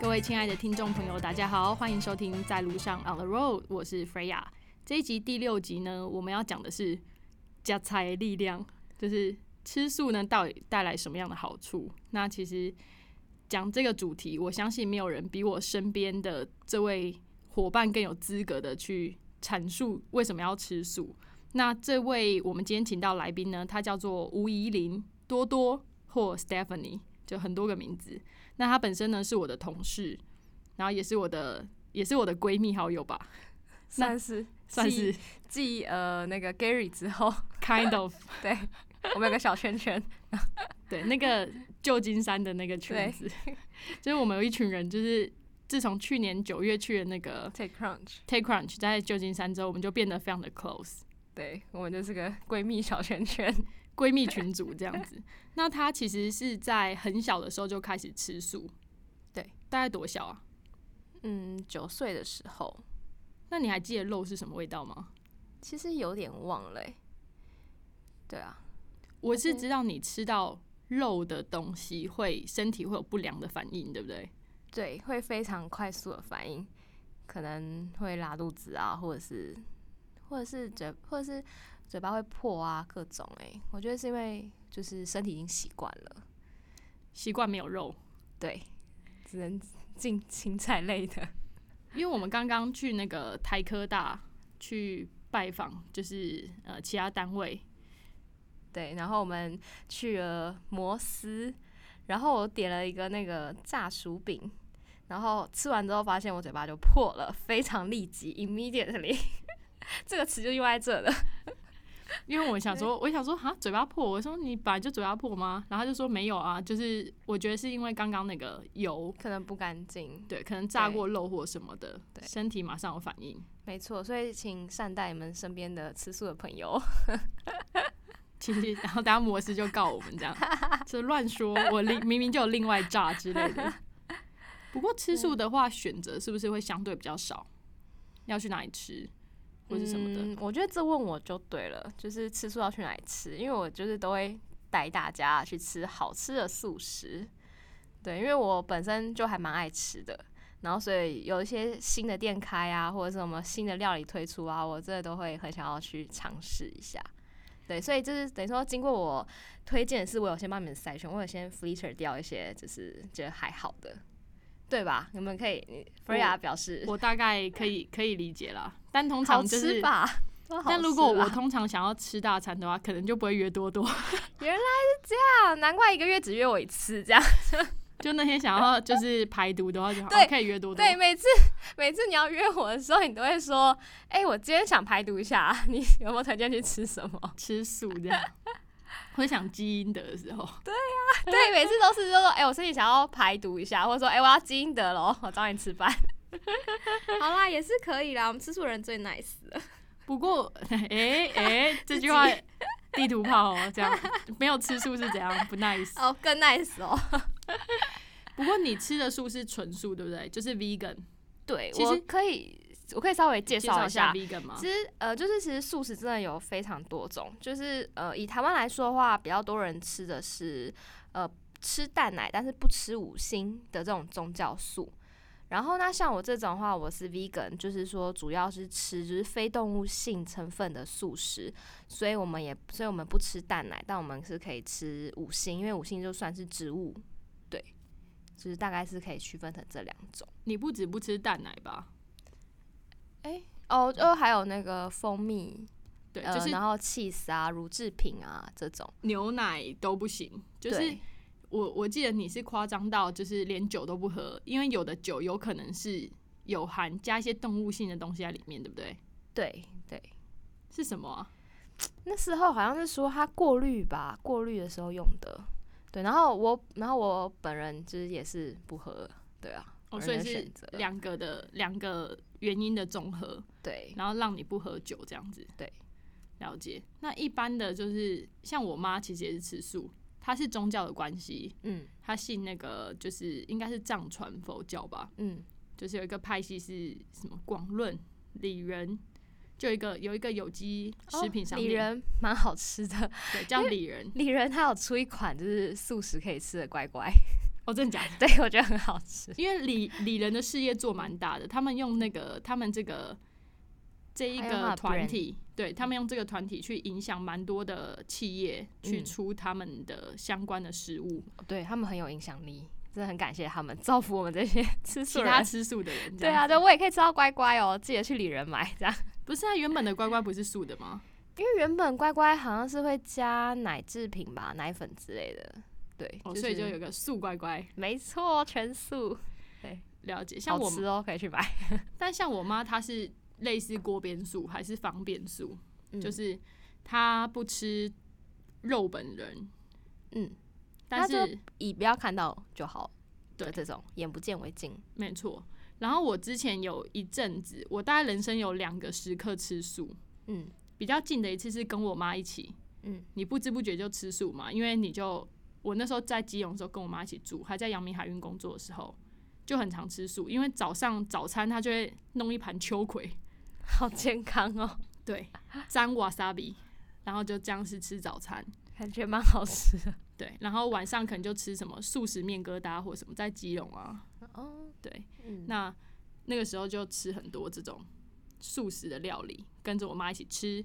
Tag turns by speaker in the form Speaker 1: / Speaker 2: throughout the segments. Speaker 1: 各位亲爱的听众朋友，大家好，欢迎收听《在路上 On the Road》，我是 Freya。这一集第六集呢，我们要讲的是加菜力量，就是吃素呢到底带来什么样的好处？那其实讲这个主题，我相信没有人比我身边的这位伙伴更有资格的去阐述为什么要吃素。那这位我们今天请到来宾呢，他叫做吴怡林、多多或 Stephanie，就很多个名字。那她本身呢是我的同事，然后也是我的也是我的闺蜜好友吧，
Speaker 2: 算是
Speaker 1: 算
Speaker 2: 继
Speaker 1: 是
Speaker 2: 继呃那个 Gary 之后，
Speaker 1: kind of
Speaker 2: 对我们有个小圈圈，
Speaker 1: 对那个旧金山的那个圈子， 就是我们有一群人，就是自从去年九月去的那个
Speaker 2: Take Crunch，
Speaker 1: TechCrunch 在旧金山之后，我们就变得非常的 close。
Speaker 2: 对我们就是个闺蜜小圈圈，
Speaker 1: 闺蜜群组这样子。那她其实是在很小的时候就开始吃素，
Speaker 2: 对，
Speaker 1: 大概多小啊？
Speaker 2: 嗯，九岁的时候
Speaker 1: 那你还记得肉是什么味道吗？
Speaker 2: 其实有点忘了欸、对啊，
Speaker 1: 我是
Speaker 2: 对
Speaker 1: 知道你吃到肉的东西会身体会有不良的反应，对不对？
Speaker 2: 对，会非常快速的反应，可能会拉肚子啊，或者是或者是嘴或者是嘴巴会破啊，各种哎、我觉得是因为就是身体已经习惯了，
Speaker 1: 习惯没有肉，
Speaker 2: 对，只能进青菜类的，
Speaker 1: 因为我们刚刚去那个台科大去拜访，就是呃其他单位，
Speaker 2: 对，然后我们去了摩斯，然后我点了一个那个炸薯饼，然后吃完之后发现我嘴巴就破了，非常立即，immediately，这个词就用在这的。
Speaker 1: 因为我想说，我想说，哈，嘴巴破。我说你本来就嘴巴破吗？然后他就说没有啊，就是我觉得是因为刚刚那个油，
Speaker 2: 可能不干净，
Speaker 1: 对，可能炸
Speaker 2: 对
Speaker 1: 过肉或什么的，
Speaker 2: 对
Speaker 1: 身体马上有反应。
Speaker 2: 没错，所以请善待你们身边的吃素的朋友。
Speaker 1: 其实，然后等下摩斯就告我们 这样，就乱说，我另明明就有另外炸之类的。不过吃素的话，选择是不是会相对比较少？要去哪里吃，或是什么的？
Speaker 2: 嗯，我觉得这问我就对了，就是吃素要去哪里吃，因为我就是都会带大家去吃好吃的素食。对，因为我本身就还蛮爱吃的，然后所以有一些新的店开啊，或者是什么新的料理推出啊，我真的都会很想要去尝试一下。对，所以就是等于说，经过我推荐的是，我有先帮你们筛选，我有先 filter 掉一些，就是觉得还好的，对吧？你们可以你
Speaker 1: 我
Speaker 2: ，Freya 表示
Speaker 1: 我大概可以可以理解啦。但通
Speaker 2: 好
Speaker 1: 常就
Speaker 2: 吃
Speaker 1: 是，
Speaker 2: 吧？都好
Speaker 1: 但如果
Speaker 2: 吃吧
Speaker 1: 我通常想要吃大餐的话，可能就不会约多 多。
Speaker 2: 啊，难怪一个月只约我一次这样。
Speaker 1: 就那天想要就是排毒的话就好，
Speaker 2: 对
Speaker 1: 哦可以约多多。
Speaker 2: 对，每次每次你要约我的时候，你都会说：“哎、我今天想排毒一下，啊你有没有推荐去吃什么
Speaker 1: 吃素这样，回想基因的时候，？”
Speaker 2: 对，每次都是就说：“哎、我身体想要排毒一下，或者说：“哎、我要基因德喽，我找你吃饭。” 好啦，也是可以啦，我们吃素人最 nice 了。
Speaker 1: 不过 哎哎、 这句话地图炮哦，这样没有吃素是怎样不 nice。
Speaker 2: 哦，更 nice 哦。
Speaker 1: 不过你吃的素是纯素对不对？就是 vegan，
Speaker 2: 对，
Speaker 1: 其实
Speaker 2: 我可以，我可以稍微介
Speaker 1: 介
Speaker 2: 绍
Speaker 1: 绍
Speaker 2: 一
Speaker 1: 一
Speaker 2: 下
Speaker 1: 下 vegan 吗
Speaker 2: 其？实呃，就是其实素食真的有非常多种，就是呃，以台湾来说的话，比较多人吃的是呃吃蛋奶，但是不吃五星的这种宗教素。然后呢，像我这种的话，我是 vegan，就是说主要是吃就是非动物性成分的素食，所以我们也所以我们不吃蛋奶，但我们是可以吃五星，因为五星就算是植物，对，就是大概是可以区分成这两种。
Speaker 1: 你不止不吃蛋奶吧？
Speaker 2: 哦，就还有那个蜂蜜，
Speaker 1: 对，
Speaker 2: 呃，
Speaker 1: 就是
Speaker 2: 然后 cheese 啊、乳制品啊这种，
Speaker 1: 牛奶都不行，就是
Speaker 2: 对。
Speaker 1: 我我记得你是夸张到就是连酒都不喝，因为有的酒有可能是有含加一些动物性的东西在里面，对不对？
Speaker 2: 对对。
Speaker 1: 是什么啊？
Speaker 2: 那时候好像是说它过滤吧，过滤的时候用的。对，然后我，然后我本人就是也是不喝，对啊，
Speaker 1: 哦，
Speaker 2: 本
Speaker 1: 所以
Speaker 2: 人的
Speaker 1: 是
Speaker 2: 选择
Speaker 1: 两个的两个原因的综合，
Speaker 2: 对，
Speaker 1: 然后让你不喝酒这样子。
Speaker 2: 对，
Speaker 1: 了解。那一般的就是像我妈其实也是吃素，他是宗教的关系，
Speaker 2: 嗯
Speaker 1: 他信那个就是应该是藏传佛教吧，
Speaker 2: 嗯
Speaker 1: 就是有一个派系是什么广论、李仁，就有一个有一个有机食品商
Speaker 2: 哦、李
Speaker 1: 店，
Speaker 2: 仁蛮好吃的，
Speaker 1: 对，叫李仁。
Speaker 2: 李仁他有出一款就是素食可以吃的乖 乖，
Speaker 1: 哦，真的假的？
Speaker 2: 对我觉得很好吃。
Speaker 1: 因为李李仁的事业做蛮大的，他们用那个他们这个这一
Speaker 2: 还有他
Speaker 1: 个
Speaker 2: 的嗯
Speaker 1: 团体，对他们用这个团体去影响蛮多的企业，去
Speaker 2: 嗯
Speaker 1: 出他们的相关的食 物，
Speaker 2: 对他们很有影响力，真的很感谢他们，造福我们这些
Speaker 1: 其
Speaker 2: 吃素
Speaker 1: 他
Speaker 2: 人。
Speaker 1: 吃素的人。
Speaker 2: 对啊，，对我也可以吃到乖乖哦，记得去里仁买这样。
Speaker 1: 不是啊，原本的乖乖不是素的吗？
Speaker 2: 因为原本乖乖好像是会加奶制品吧，奶粉之类的。对，
Speaker 1: 哦，
Speaker 2: 是
Speaker 1: 所以就有个素乖乖。
Speaker 2: 没错，全素，
Speaker 1: 了解，像
Speaker 2: 好
Speaker 1: 我，
Speaker 2: 吃哦，可以去买。
Speaker 1: 但像我妈她是类似锅边素还是方便素，
Speaker 2: 嗯
Speaker 1: 就是她不吃肉本人，
Speaker 2: 嗯，
Speaker 1: 但
Speaker 2: 她
Speaker 1: 是
Speaker 2: 以不要看到就好。
Speaker 1: 对
Speaker 2: 就这种眼不见为净。
Speaker 1: 没错。然后我之前有一阵子，我大概人生有两个时刻吃素，
Speaker 2: 嗯
Speaker 1: 比较近的一次是跟我妈一起，
Speaker 2: 嗯，
Speaker 1: 你不知不觉就吃素嘛，因为你就我那时候在基隆的时候跟我妈一起住，还在阳明海运工作的时候，就很常吃素，因为早上早餐她就会弄一盘秋葵，
Speaker 2: 好健康哦，
Speaker 1: 对，沾瓦萨比，然后就这样是吃早餐，
Speaker 2: 感觉蛮好吃的。
Speaker 1: 对，然后晚上可能就吃什么素食面疙瘩或什么，在基隆啊，
Speaker 2: 哦，
Speaker 1: 对，
Speaker 2: 嗯
Speaker 1: 那那个时候就吃很多这种素食的料理，跟着我妈一起吃。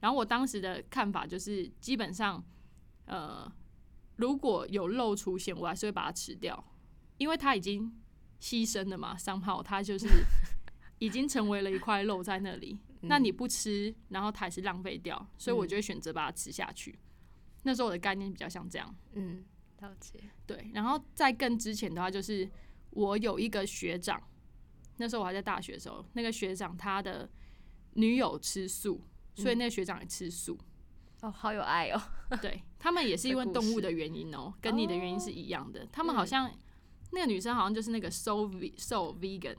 Speaker 1: 然后我当时的看法就是，基本上，呃，如果有肉出现，我还是会把它吃掉，因为它已经牺牲了嘛，伤号它就是 已经成为了一块肉在那里。
Speaker 2: 嗯
Speaker 1: 那你不吃，然后它还是浪费掉，所以我就会选择把它吃下去。那时候我的概念比较像这样。
Speaker 2: 嗯，了解。
Speaker 1: 对，然后在更之前的话，就是我有一个学长，那时候我还在大学的时候，那个学长他的女友吃素，所以那个学长也吃素。
Speaker 2: 哦，好有爱哦。
Speaker 1: 对他们也是因为动物的原因哦、跟你的原因是一样的。他们好像、那个女生好像就是那个 so v so vegan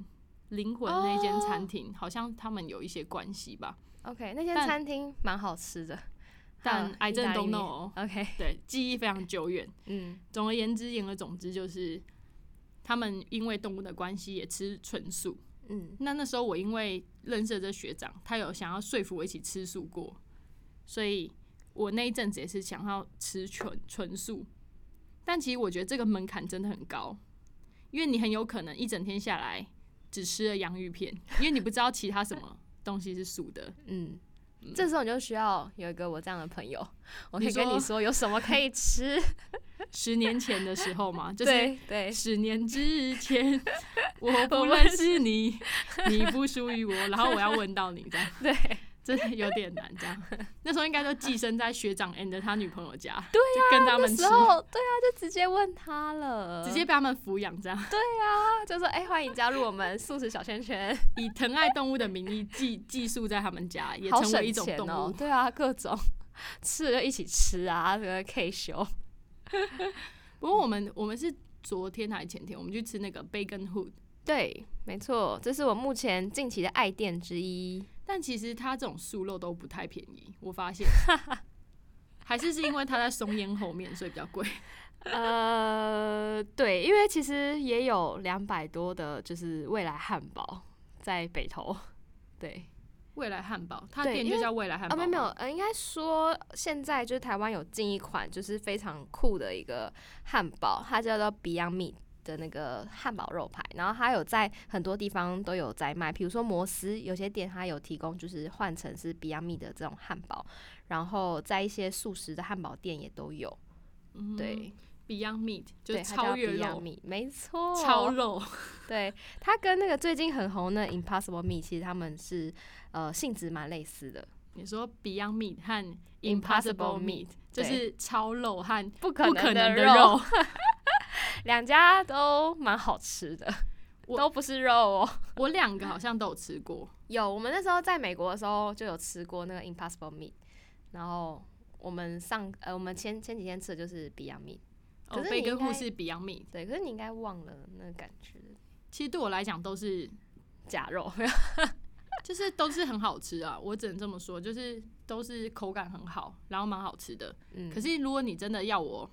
Speaker 1: 灵魂那间餐厅，好像他们有一些关系吧。
Speaker 2: OK，那间
Speaker 1: 但
Speaker 2: 餐厅蛮好吃的，还
Speaker 1: 但
Speaker 2: 有
Speaker 1: I
Speaker 2: 意
Speaker 1: don't
Speaker 2: 大利
Speaker 1: know，
Speaker 2: 面
Speaker 1: 哦
Speaker 2: OK，
Speaker 1: 对，记忆非常久远。
Speaker 2: 嗯，
Speaker 1: 总而言之，言而总之就是，他们因为动物的关系也吃纯素。
Speaker 2: 嗯，
Speaker 1: 那那时候我因为认识了这学长，他有想要说服我一起吃素过，所以我那一阵子也是想要吃纯纯素。但其实我觉得这个门槛真的很高，因为你很有可能一整天下来只吃了洋芋片，因为你不知道其他什么东西是素的。
Speaker 2: 嗯，这时候你就需要有一个我这样的朋友，我可
Speaker 1: 你
Speaker 2: 以跟你
Speaker 1: 说
Speaker 2: 说有什么可以 吃。
Speaker 1: 十年前的时候嘛，就是
Speaker 2: 对对，
Speaker 1: 十年之 前，我不认识你，你不属于我，然后我要问到你这样，
Speaker 2: 对，
Speaker 1: 真的有点难这样。那时候应该都寄生在学长 and 他女朋友家，对呀、跟他
Speaker 2: 啊那
Speaker 1: 们吃
Speaker 2: 时，候对啊，就直接问他了，
Speaker 1: 直接被他们抚养这样，
Speaker 2: 啊就说哎、欢迎加入我们素食小圈 圈，
Speaker 1: 以疼爱动物的名义寄寄宿在他们家，也
Speaker 2: 好
Speaker 1: 成为一
Speaker 2: 省
Speaker 1: 种
Speaker 2: 钱
Speaker 1: 动
Speaker 2: 哦
Speaker 1: 物。。
Speaker 2: 对啊，各种 吃了就一起吃啊，这个 K 修。
Speaker 1: 不过我们我们是昨天还是前天，我们去吃那个 bacon hood，
Speaker 2: 对，没错，这是我目前近期的爱店之 一。
Speaker 1: 但其实它这种素肉都不太便宜，我发 现。还是是因为它在松烟后面，所以比较贵。
Speaker 2: 呃，对，因为其实也有两百多的，就是未来汉堡在北投，对
Speaker 1: 未来汉堡，它
Speaker 2: 对
Speaker 1: 店
Speaker 2: 因
Speaker 1: 就
Speaker 2: 为
Speaker 1: 叫未来汉
Speaker 2: 啊，
Speaker 1: 堡
Speaker 2: 没
Speaker 1: 吗、
Speaker 2: 有没有，呃，应该说现在就是台湾有进一款就是非常酷的一个汉堡，它叫做 Beyond Meat 的那个汉堡肉排，然后它有在很多地方都有在卖，比如说摩斯有些店它有提供，就是换成是 Beyond Meat 的这种汉堡，然后在一些素食的汉堡店也都有，
Speaker 1: 嗯
Speaker 2: 对，
Speaker 1: Beyond Meat 就
Speaker 2: 对，
Speaker 1: 是
Speaker 2: 它叫
Speaker 1: 超越
Speaker 2: Beyond
Speaker 1: 肉，
Speaker 2: Meat，没哦错，
Speaker 1: 超肉。
Speaker 2: 对，它跟那个最近很红的 Impossible Me，其实他们是呃性质蛮类似的，
Speaker 1: 你说 Beyond Meat 和 Impossible
Speaker 2: Impossible
Speaker 1: Meat
Speaker 2: Meat，
Speaker 1: 就是超肉和
Speaker 2: 不可
Speaker 1: 不
Speaker 2: 能
Speaker 1: 可
Speaker 2: 的
Speaker 1: 能的
Speaker 2: 肉，，两家都蛮好吃的，
Speaker 1: 我
Speaker 2: 都不是肉哦。
Speaker 1: 我两个好像都有吃过，
Speaker 2: 有，我们那时候在美国的时候就有吃过那个 Impossible Meat，然后我们上呃我们前前几天吃的就是 Beyond Meat，可
Speaker 1: 哦，
Speaker 2: 是
Speaker 1: 贝
Speaker 2: 你
Speaker 1: 根
Speaker 2: 应
Speaker 1: 护
Speaker 2: 该
Speaker 1: 是 Beyond Meat，
Speaker 2: 对，可是你应该忘了那个感觉，
Speaker 1: 其实对我来讲都是
Speaker 2: 假 肉，没有
Speaker 1: 就是都是很好吃啊，我只能这么说，就是都是口感很好，然后蛮好吃的。
Speaker 2: 嗯
Speaker 1: 可是如果你真的要我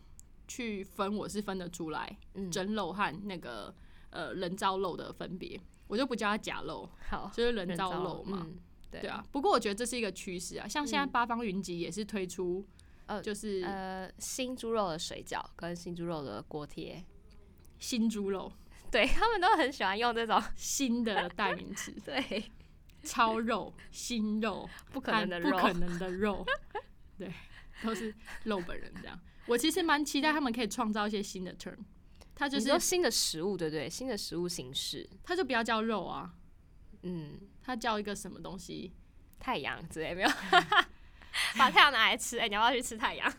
Speaker 1: 去分，我是分得出来
Speaker 2: 嗯，
Speaker 1: 蒸肉和那个呃人造肉的分别，我就不叫它假肉，
Speaker 2: 好，
Speaker 1: 就是人造肉嘛。
Speaker 2: 哦嗯，对
Speaker 1: 对，啊，不过我觉得这是一个趋势啊，像现在
Speaker 2: 嗯
Speaker 1: 八方云集也是推出，
Speaker 2: 呃
Speaker 1: 就是
Speaker 2: 呃，新猪肉的水饺跟新猪肉的锅贴，
Speaker 1: 新猪肉、
Speaker 2: 对他们都很喜欢用这种，，
Speaker 1: 新的代名词
Speaker 2: 对，
Speaker 1: 超肉、新肉、
Speaker 2: 啊不可能的
Speaker 1: 和
Speaker 2: 肉
Speaker 1: 不，可能的 肉，对，都是肉本人这样。我其实蛮期待他们可以创造一些新的 term，它就
Speaker 2: 你
Speaker 1: 是
Speaker 2: 说新的食物，对不对？新的食物形式，
Speaker 1: 它就不要叫肉啊，
Speaker 2: 嗯，
Speaker 1: 它叫一个什么东西？
Speaker 2: 太阳之类没有， 把太阳拿来吃，哎、你要不要去吃太阳？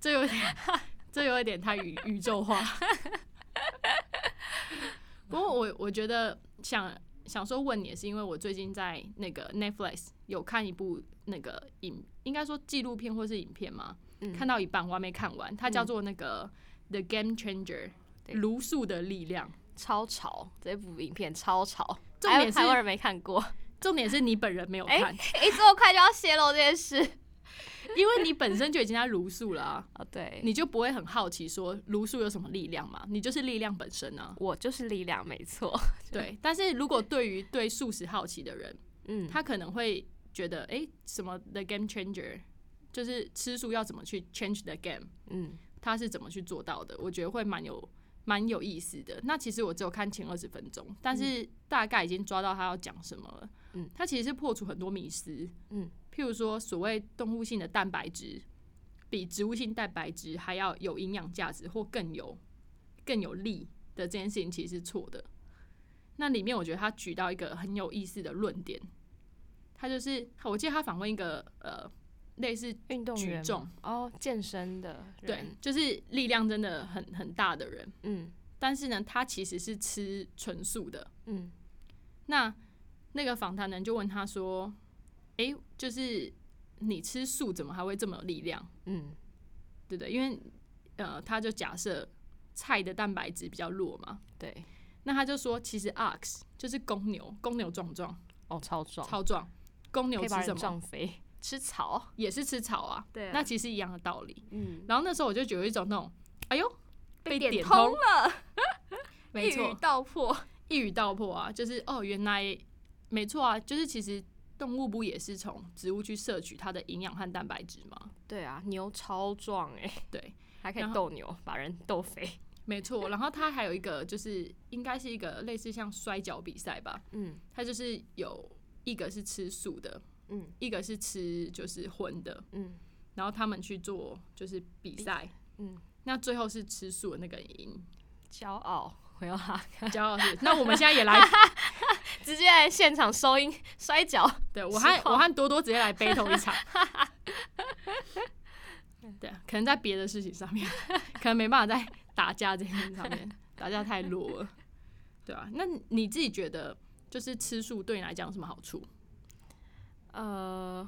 Speaker 1: 这有点， 这有一点太宇宇宙化。 不过我我觉得想想说问你，也是因为我最近在那个 Netflix 有看一部那个影，应该说纪录片或是影片嘛，
Speaker 2: 嗯
Speaker 1: 看到一半我还没看完，它叫做那个《The Game Changer》
Speaker 2: 对
Speaker 1: 卢素的力量。
Speaker 2: 超潮，这部影片超潮，
Speaker 1: 重点
Speaker 2: 还有
Speaker 1: 是
Speaker 2: 哎台湾人没看 过，
Speaker 1: 重点是你本人没有
Speaker 2: 哎
Speaker 1: 看，
Speaker 2: 哎、这么快就要泄露这件事
Speaker 1: 因为你本身就已经在卢素了、啊，
Speaker 2: 哦，对，
Speaker 1: 你就不会很好奇说卢素有什么力量嘛？你就是力量本身啊。
Speaker 2: 我就是力量，没错，
Speaker 1: 对，但是如果对于对素食好奇的人，
Speaker 2: 嗯，
Speaker 1: 他可能会觉得，诶，什么 the game changer，就是吃素要怎么去 change the game，
Speaker 2: 嗯，
Speaker 1: 他是怎么去做到的？我觉得会蛮有蛮有意思的。那其实我只有看前二十分钟，但是大概已经抓到他要讲什么了。
Speaker 2: 嗯，
Speaker 1: 他其实是破除很多迷思。
Speaker 2: 嗯，
Speaker 1: 譬如说，所谓动物性的蛋白质比植物性蛋白质还要有营养价值或更有更有利的这件事情，其实是错的。那里面我觉得他举到一个很有意思的论点，他就是我记得他访问一个呃类似
Speaker 2: 运动
Speaker 1: 举
Speaker 2: 员
Speaker 1: 重
Speaker 2: 嘛哦，健身的
Speaker 1: 对
Speaker 2: 人，，
Speaker 1: 就是力量真的很很大的人，
Speaker 2: 嗯
Speaker 1: 但是呢，他其实是吃纯素的。
Speaker 2: 嗯
Speaker 1: 那那个访谈人就问他说：“诶，就是你吃素怎么还会这么有力量？
Speaker 2: 嗯，
Speaker 1: 对不对？因为呃，他就假设菜的蛋白质比较弱嘛。
Speaker 2: 对，
Speaker 1: 那他就说，其实 ox 就是公牛，公牛壮不壮？
Speaker 2: 哦，超壮，
Speaker 1: 超壮。公牛
Speaker 2: 可以把
Speaker 1: 吃
Speaker 2: 人
Speaker 1: 什么？
Speaker 2: 撞飞，吃草，
Speaker 1: 也是吃草啊。
Speaker 2: 对
Speaker 1: 那其实一样的道理。
Speaker 2: 嗯，
Speaker 1: 然后那时候我就有一种那种，哎呦，被点
Speaker 2: 通
Speaker 1: 通
Speaker 2: 了，
Speaker 1: 没
Speaker 2: 一
Speaker 1: 错
Speaker 2: 语，道破，
Speaker 1: 一语道破啊，就是哦，原来没错啊，就是其实动物不也是从植物去摄取它的营养和蛋白质吗？
Speaker 2: 对啊，牛超壮哎、
Speaker 1: 对，
Speaker 2: 还可
Speaker 1: 然
Speaker 2: 以
Speaker 1: 后
Speaker 2: 斗牛，把人斗飞。
Speaker 1: 没错。然后它还有一个就是应该是一个类似像摔跤比赛吧，
Speaker 2: 嗯
Speaker 1: 它就是有一个是吃素的，
Speaker 2: 嗯
Speaker 1: 一个是吃就是荤的，
Speaker 2: 嗯
Speaker 1: 然后他们去做就是比赛，
Speaker 2: 嗯，
Speaker 1: 那最后是吃素的那个赢，
Speaker 2: 骄傲，我要哈，
Speaker 1: 骄傲是。那我们现在也来，
Speaker 2: 直接来现场收音摔跤。
Speaker 1: 对我和
Speaker 2: 实话
Speaker 1: 我和多多直接来 battle 一场。对，可能在别的事情上面，可能没办法在打架这件事情上面，打架太弱了，对啊，那你自己觉得，就是吃素对你来讲有什么好处？
Speaker 2: 呃，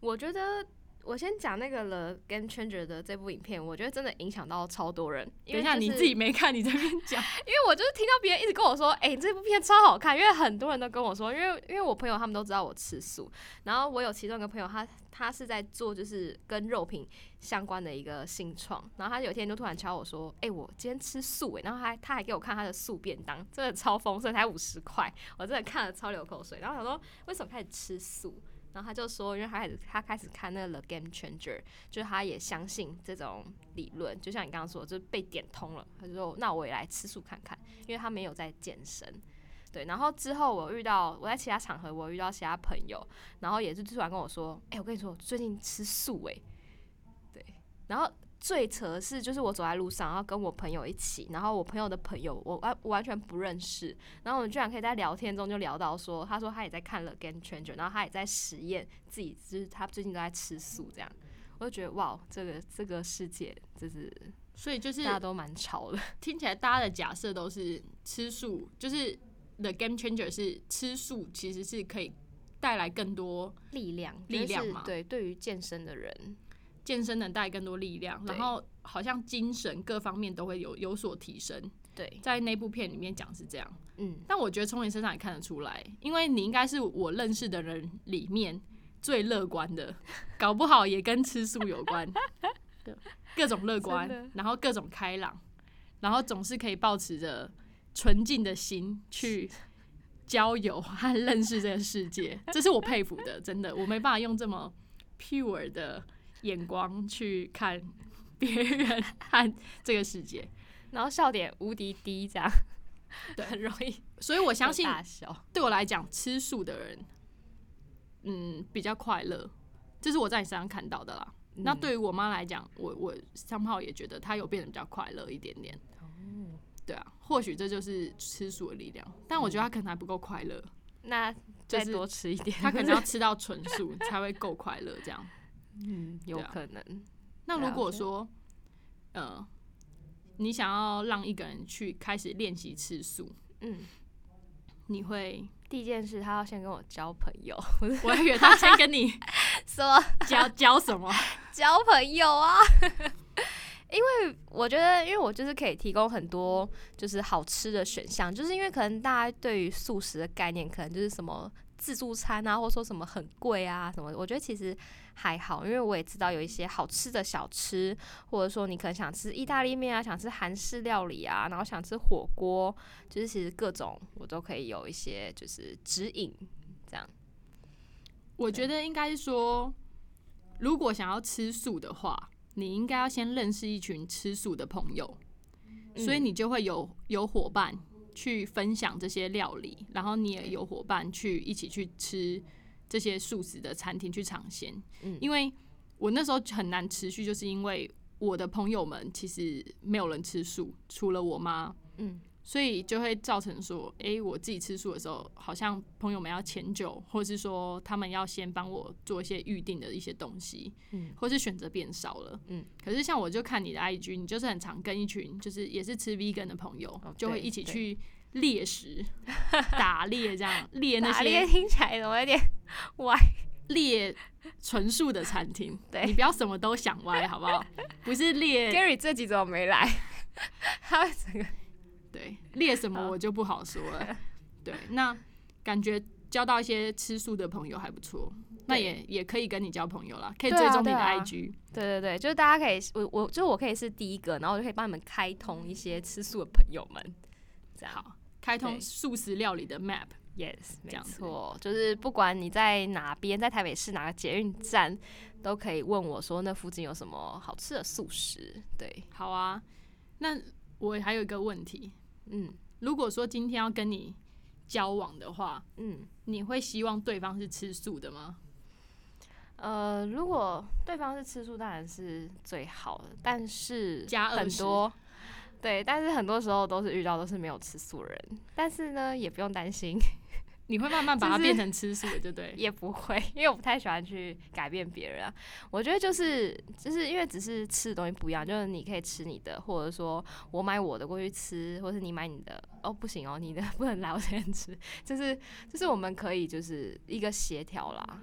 Speaker 2: 我觉得我先讲那个了《Game Changer》的这部影片，我觉得真的影响到超多人。
Speaker 1: 等
Speaker 2: 因为
Speaker 1: 一下
Speaker 2: 就是
Speaker 1: 你自己没看，你这边 讲，
Speaker 2: 因为我就是听到别人一直跟我说，哎、这部片超好看，因为很多人都跟我说，因为因为我朋友他们都知道我吃素，然后我有其中一个朋友他，他是在做就是跟肉品相关的一个新创，然后他有一天就突然敲我说，哎、我今天吃素哎、然后他还他还给我看他的素便当，真的超丰盛，才五十块，我真的看了超流口水，然后我想说为什么开始吃素？然后他就说，因为他开始他开始看那个《The Game Changer》，就是他也相信这种理论，就像你刚刚说，就是被点通了，他就说那我也来吃素看看，因为他没有在健身。对，然后之后我遇到我在其他场合，我遇到其他朋友，然后也是突然跟我说，哎、我跟你说，我最近吃素哎、对，然后最扯的是，就是我走在路上，然后跟我朋友一起，然后我朋友的朋友，我完我完全不认识，然后我们居然可以在聊天中就聊到说，他说他也在看了《Game Changer》，然后他也在实验自己，就是他最近都在吃素这样，我就觉得哇，这个这个世界就是
Speaker 1: 所以就是
Speaker 2: 大家都蛮吵的，
Speaker 1: 听起来大家的假设都是吃素，就是 the game changer 是吃素，其实是可以带来更多
Speaker 2: 力量
Speaker 1: 力量
Speaker 2: 就是
Speaker 1: 嘛
Speaker 2: 对，对于健身的人，
Speaker 1: 健身，能带来更多力量，
Speaker 2: 对
Speaker 1: 然后好像精神各方面都会有有所提升。
Speaker 2: 对，
Speaker 1: 在那部片里面讲是这样，
Speaker 2: 嗯，
Speaker 1: 但我觉得从你身上也看得出来，因为你应该是我认识 的人里面最乐观的，搞不好也跟吃素有关。各种乐
Speaker 2: 真
Speaker 1: 观
Speaker 2: 的，
Speaker 1: 然后各种开朗，然后总是可以保持着纯净的心去交友和认识这个世界，这是我佩服的，真的，我没办法用这么 pure 的眼光去看别人和这个世界，
Speaker 2: 然后笑点无敌低，这样
Speaker 1: 对
Speaker 2: 很容易
Speaker 1: 所以我相信
Speaker 2: 大笑。
Speaker 1: 对我来讲，吃素的人，嗯，比较快乐，这是我在你身上看到的啦。
Speaker 2: 嗯
Speaker 1: 那对于我妈来讲，我我三号也觉得她有变得比较快乐一点点。
Speaker 2: 哦
Speaker 1: 对啊，或许这就是吃素的力量，但我觉
Speaker 2: 嗯
Speaker 1: 得她可能还不够快乐，
Speaker 2: 那
Speaker 1: 就
Speaker 2: 再
Speaker 1: 是
Speaker 2: 多吃一点，
Speaker 1: 她 可能要吃到纯素才会够快乐。这样，
Speaker 2: 嗯，有
Speaker 1: 对啊
Speaker 2: 可能。
Speaker 1: 那
Speaker 2: 了
Speaker 1: 如
Speaker 2: 解
Speaker 1: 果说，呃，你想要让一个人去开始练习吃素，
Speaker 2: 嗯，
Speaker 1: 你会，
Speaker 2: 第一件事他要先跟我交朋友，
Speaker 1: 我还以为他先跟你
Speaker 2: 什么
Speaker 1: 教教什么，
Speaker 2: 交朋友啊？ 因为我觉得，因为我就是可以提供很多就是好吃的选项，就是因为可能大家对于素食的概念，可能就是什么自助餐啊，或者说什么很贵啊什么的。我觉得其实还好，因为我也知道有一些好吃的小吃，或者说你可能想吃意大利面啊，想吃韩式料理啊，然后想吃火锅，就是其实各种我都可以有一些就是指引这样。
Speaker 1: 我觉得应该是说，如果想要吃素的话，你应该要先认识一群吃素的朋友，所以
Speaker 2: 嗯
Speaker 1: 你就会有有伙伴去分享这些料理，然后你也有伙伴去一起去吃这些素食的餐厅去尝鲜。
Speaker 2: 嗯
Speaker 1: 因为我那时候很难持续，就是因为我的朋友们其实没有人吃素，除了我妈。
Speaker 2: 嗯
Speaker 1: 所以就会造成说，诶，我自己吃素的时候，好像朋友们要迁就，或是说他们要先帮我做一些预定的一些东西，
Speaker 2: 嗯
Speaker 1: 或是选择变少了，
Speaker 2: 嗯。
Speaker 1: 可是像我就看你的 IG，你就是很常跟一群就是也是吃 vegan 的朋友，
Speaker 2: 哦
Speaker 1: 就会
Speaker 2: 对
Speaker 1: 一起
Speaker 2: 对
Speaker 1: 去猎食、 打猎这样，猎那
Speaker 2: 打猎
Speaker 1: 些
Speaker 2: 听起来怎么有点歪？
Speaker 1: 猎纯素的餐厅。
Speaker 2: 对
Speaker 1: 你不要什么都想歪，好不好？不是 猎
Speaker 2: Gary 这集怎么没来？ 他会整个
Speaker 1: 对，列什么
Speaker 2: 好
Speaker 1: 我就不好说 了。对，那感觉交到一些吃素的朋友还不错，那
Speaker 2: 对
Speaker 1: 也也可以跟你交朋友啦，可以
Speaker 2: 对啊
Speaker 1: 追踪你
Speaker 2: 对
Speaker 1: 的
Speaker 2: 啊
Speaker 1: IG。
Speaker 2: 对对对，就是大家可以，我我就是我可以是第一个，然后我就可以帮你们开通一些吃素的朋友们。这样
Speaker 1: 好，开通
Speaker 2: 对
Speaker 1: 素食料理的 map。
Speaker 2: ，yes，没
Speaker 1: 这样子
Speaker 2: 错，就是不管你在哪边，在台北市哪个捷运站，都可以问我说那附近有什么好吃的素食。对，
Speaker 1: 好啊，那我还有一个问题，
Speaker 2: 嗯
Speaker 1: 如果说今天要跟你交往的话，
Speaker 2: 嗯，
Speaker 1: 你会希望对方是吃素的吗？
Speaker 2: 呃，如果对方是吃素，当然是最好的，但是
Speaker 1: 加
Speaker 2: 很
Speaker 1: 20
Speaker 2: 多。对，但是很多时候都是遇到都是没有吃素的人，但是呢也不用担心，
Speaker 1: 你会慢慢把它
Speaker 2: 就是
Speaker 1: 变成吃素的，对不对？
Speaker 2: 也不会，因为我不太喜欢去改变别人啊。我觉得就是就是因为只是吃的东西不一样，就是你可以吃你的，或者说我买我的过去吃，或是你买你的。哦，不行哦，你的 不能来我这边吃，就是就是我们可以就是一个协调啦。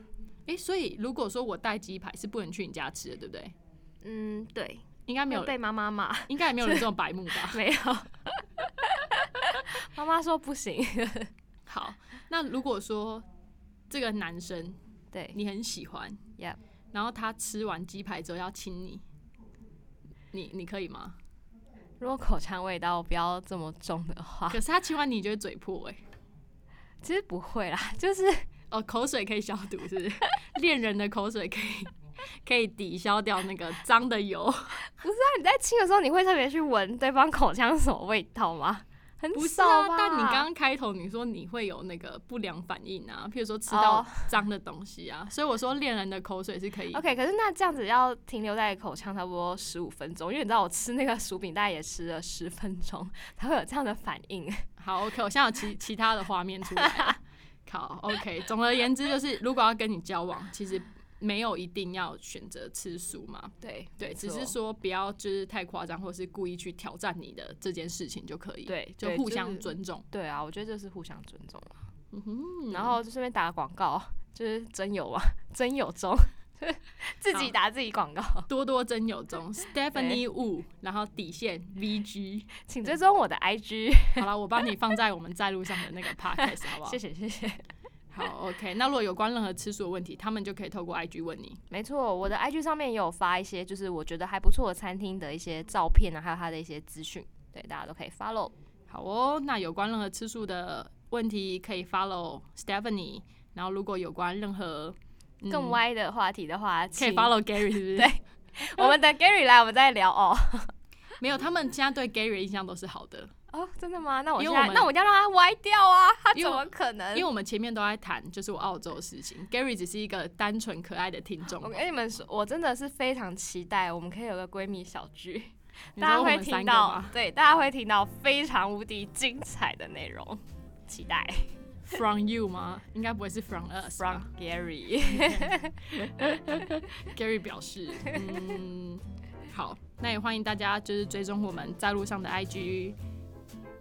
Speaker 1: 诶，所以如果说我带鸡排是不能去你家吃的，对不对？
Speaker 2: 嗯，对，
Speaker 1: 应该没有
Speaker 2: 会，被妈妈骂
Speaker 1: 应该也没有人这种白目吧？
Speaker 2: 没有？妈妈说不行，
Speaker 1: 好，那如果说这个男生
Speaker 2: 对，
Speaker 1: 你很喜欢
Speaker 2: Yep
Speaker 1: 然后他吃完鸡排之后要亲你，你你可以吗？
Speaker 2: 如果口腔味道不要这么重的话，
Speaker 1: 可是他亲完你就会嘴破哎、
Speaker 2: 其实不会啦，就是
Speaker 1: 哦，口水可以消毒是不 是？恋人的口水可以可以抵消掉那个脏的油，
Speaker 2: 你在亲的时候，你会特别去闻对方口腔是什么味道吗？很
Speaker 1: 不是
Speaker 2: 少
Speaker 1: 啊？
Speaker 2: 吧？
Speaker 1: 但你刚刚开头你说你会有那个不良反应啊，譬如说吃到
Speaker 2: 哦
Speaker 1: 脏的东西啊所以我说恋人的口水是可 以
Speaker 2: OK，可是那这样子要停留在口腔差不多十五分钟，因为你知道我吃那个薯饼大概也吃了十分钟，才会有这样的反应。
Speaker 1: 好，OK，我现在有其 其他的画面出来 了。好，OK，总而言之就是，如果要跟你交往，其实没有一定要选择吃素嘛，
Speaker 2: 对
Speaker 1: 对，
Speaker 2: 没
Speaker 1: 只
Speaker 2: 错
Speaker 1: 是说不要就是太夸张，或是故意去挑战你的这件事情就可以，，
Speaker 2: 对，
Speaker 1: 就
Speaker 2: 对
Speaker 1: 互
Speaker 2: 是
Speaker 1: 相尊重。
Speaker 2: 对啊，我觉得这是互相尊重啊。
Speaker 1: 嗯哼
Speaker 2: 然后就顺便打个广告，就是真友啊，真友中， 自己
Speaker 1: 好
Speaker 2: 打自己广告，
Speaker 1: 多多真友 中 Stephanie Wu，然后底线 VG，
Speaker 2: 请追踪我的 IG，
Speaker 1: 好了，我帮你放在我们在路上的那个 podcast 好不好？
Speaker 2: 谢谢谢谢。
Speaker 1: 好，OK。那如果有关任何吃素的问题，他们就可以透过 IG 问你。
Speaker 2: 没错，我的 IG 上面也有发一些，就是我觉得还不错的餐厅的一些照片啊，还有它的一些资讯，对，大家都可以 follow。
Speaker 1: 好哦，那有关任何吃素的问题可以 follow Stephanie。然后如果有关任何、嗯
Speaker 2: 更歪的话题的话，
Speaker 1: 可以
Speaker 2: 请
Speaker 1: follow Gary 是不是？
Speaker 2: 对 我们等 Gary 来，我们再聊哦。
Speaker 1: 没有，他们现在对 Gary 的印象都是好的，
Speaker 2: 哦，真的吗？那我
Speaker 1: 因
Speaker 2: 现
Speaker 1: 为
Speaker 2: 在
Speaker 1: 我们
Speaker 2: 那我一定要让他歪掉啊！他
Speaker 1: 因
Speaker 2: 怎
Speaker 1: 为
Speaker 2: 么可能
Speaker 1: 因为？我们前面都在谈就是我澳洲的事情，Gary 只是一个单纯可爱的听众
Speaker 2: 我。跟你们说，我真的是非常期待我们可以有个闺蜜小聚，
Speaker 1: 你
Speaker 2: 大
Speaker 1: 说
Speaker 2: 家
Speaker 1: 我
Speaker 2: 会
Speaker 1: 们三
Speaker 2: 听
Speaker 1: 个
Speaker 2: 到
Speaker 1: 吗，
Speaker 2: 对，大家会听到非常无敌精彩的内容，期待
Speaker 1: from you 吗？应该不会是 from us 吧。
Speaker 2: from Gary。
Speaker 1: Gary 表示，嗯，好，那也欢迎大家就是追踪我们在路上的 IG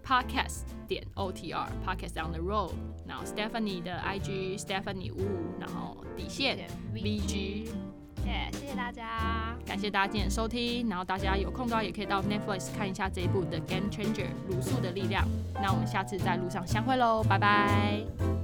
Speaker 1: podcast 点 OTR podcast on the road，然后 Stephanie 的 IG Stephanie Wu，然后底线 VG，
Speaker 2: 耶，谢谢大家，
Speaker 1: 感谢大家今天的收听，然后大家有空的话也可以到 Netflix 看一下这一部的 Game Changer 卤素的力量，那我们下次在路上相会喽，拜拜。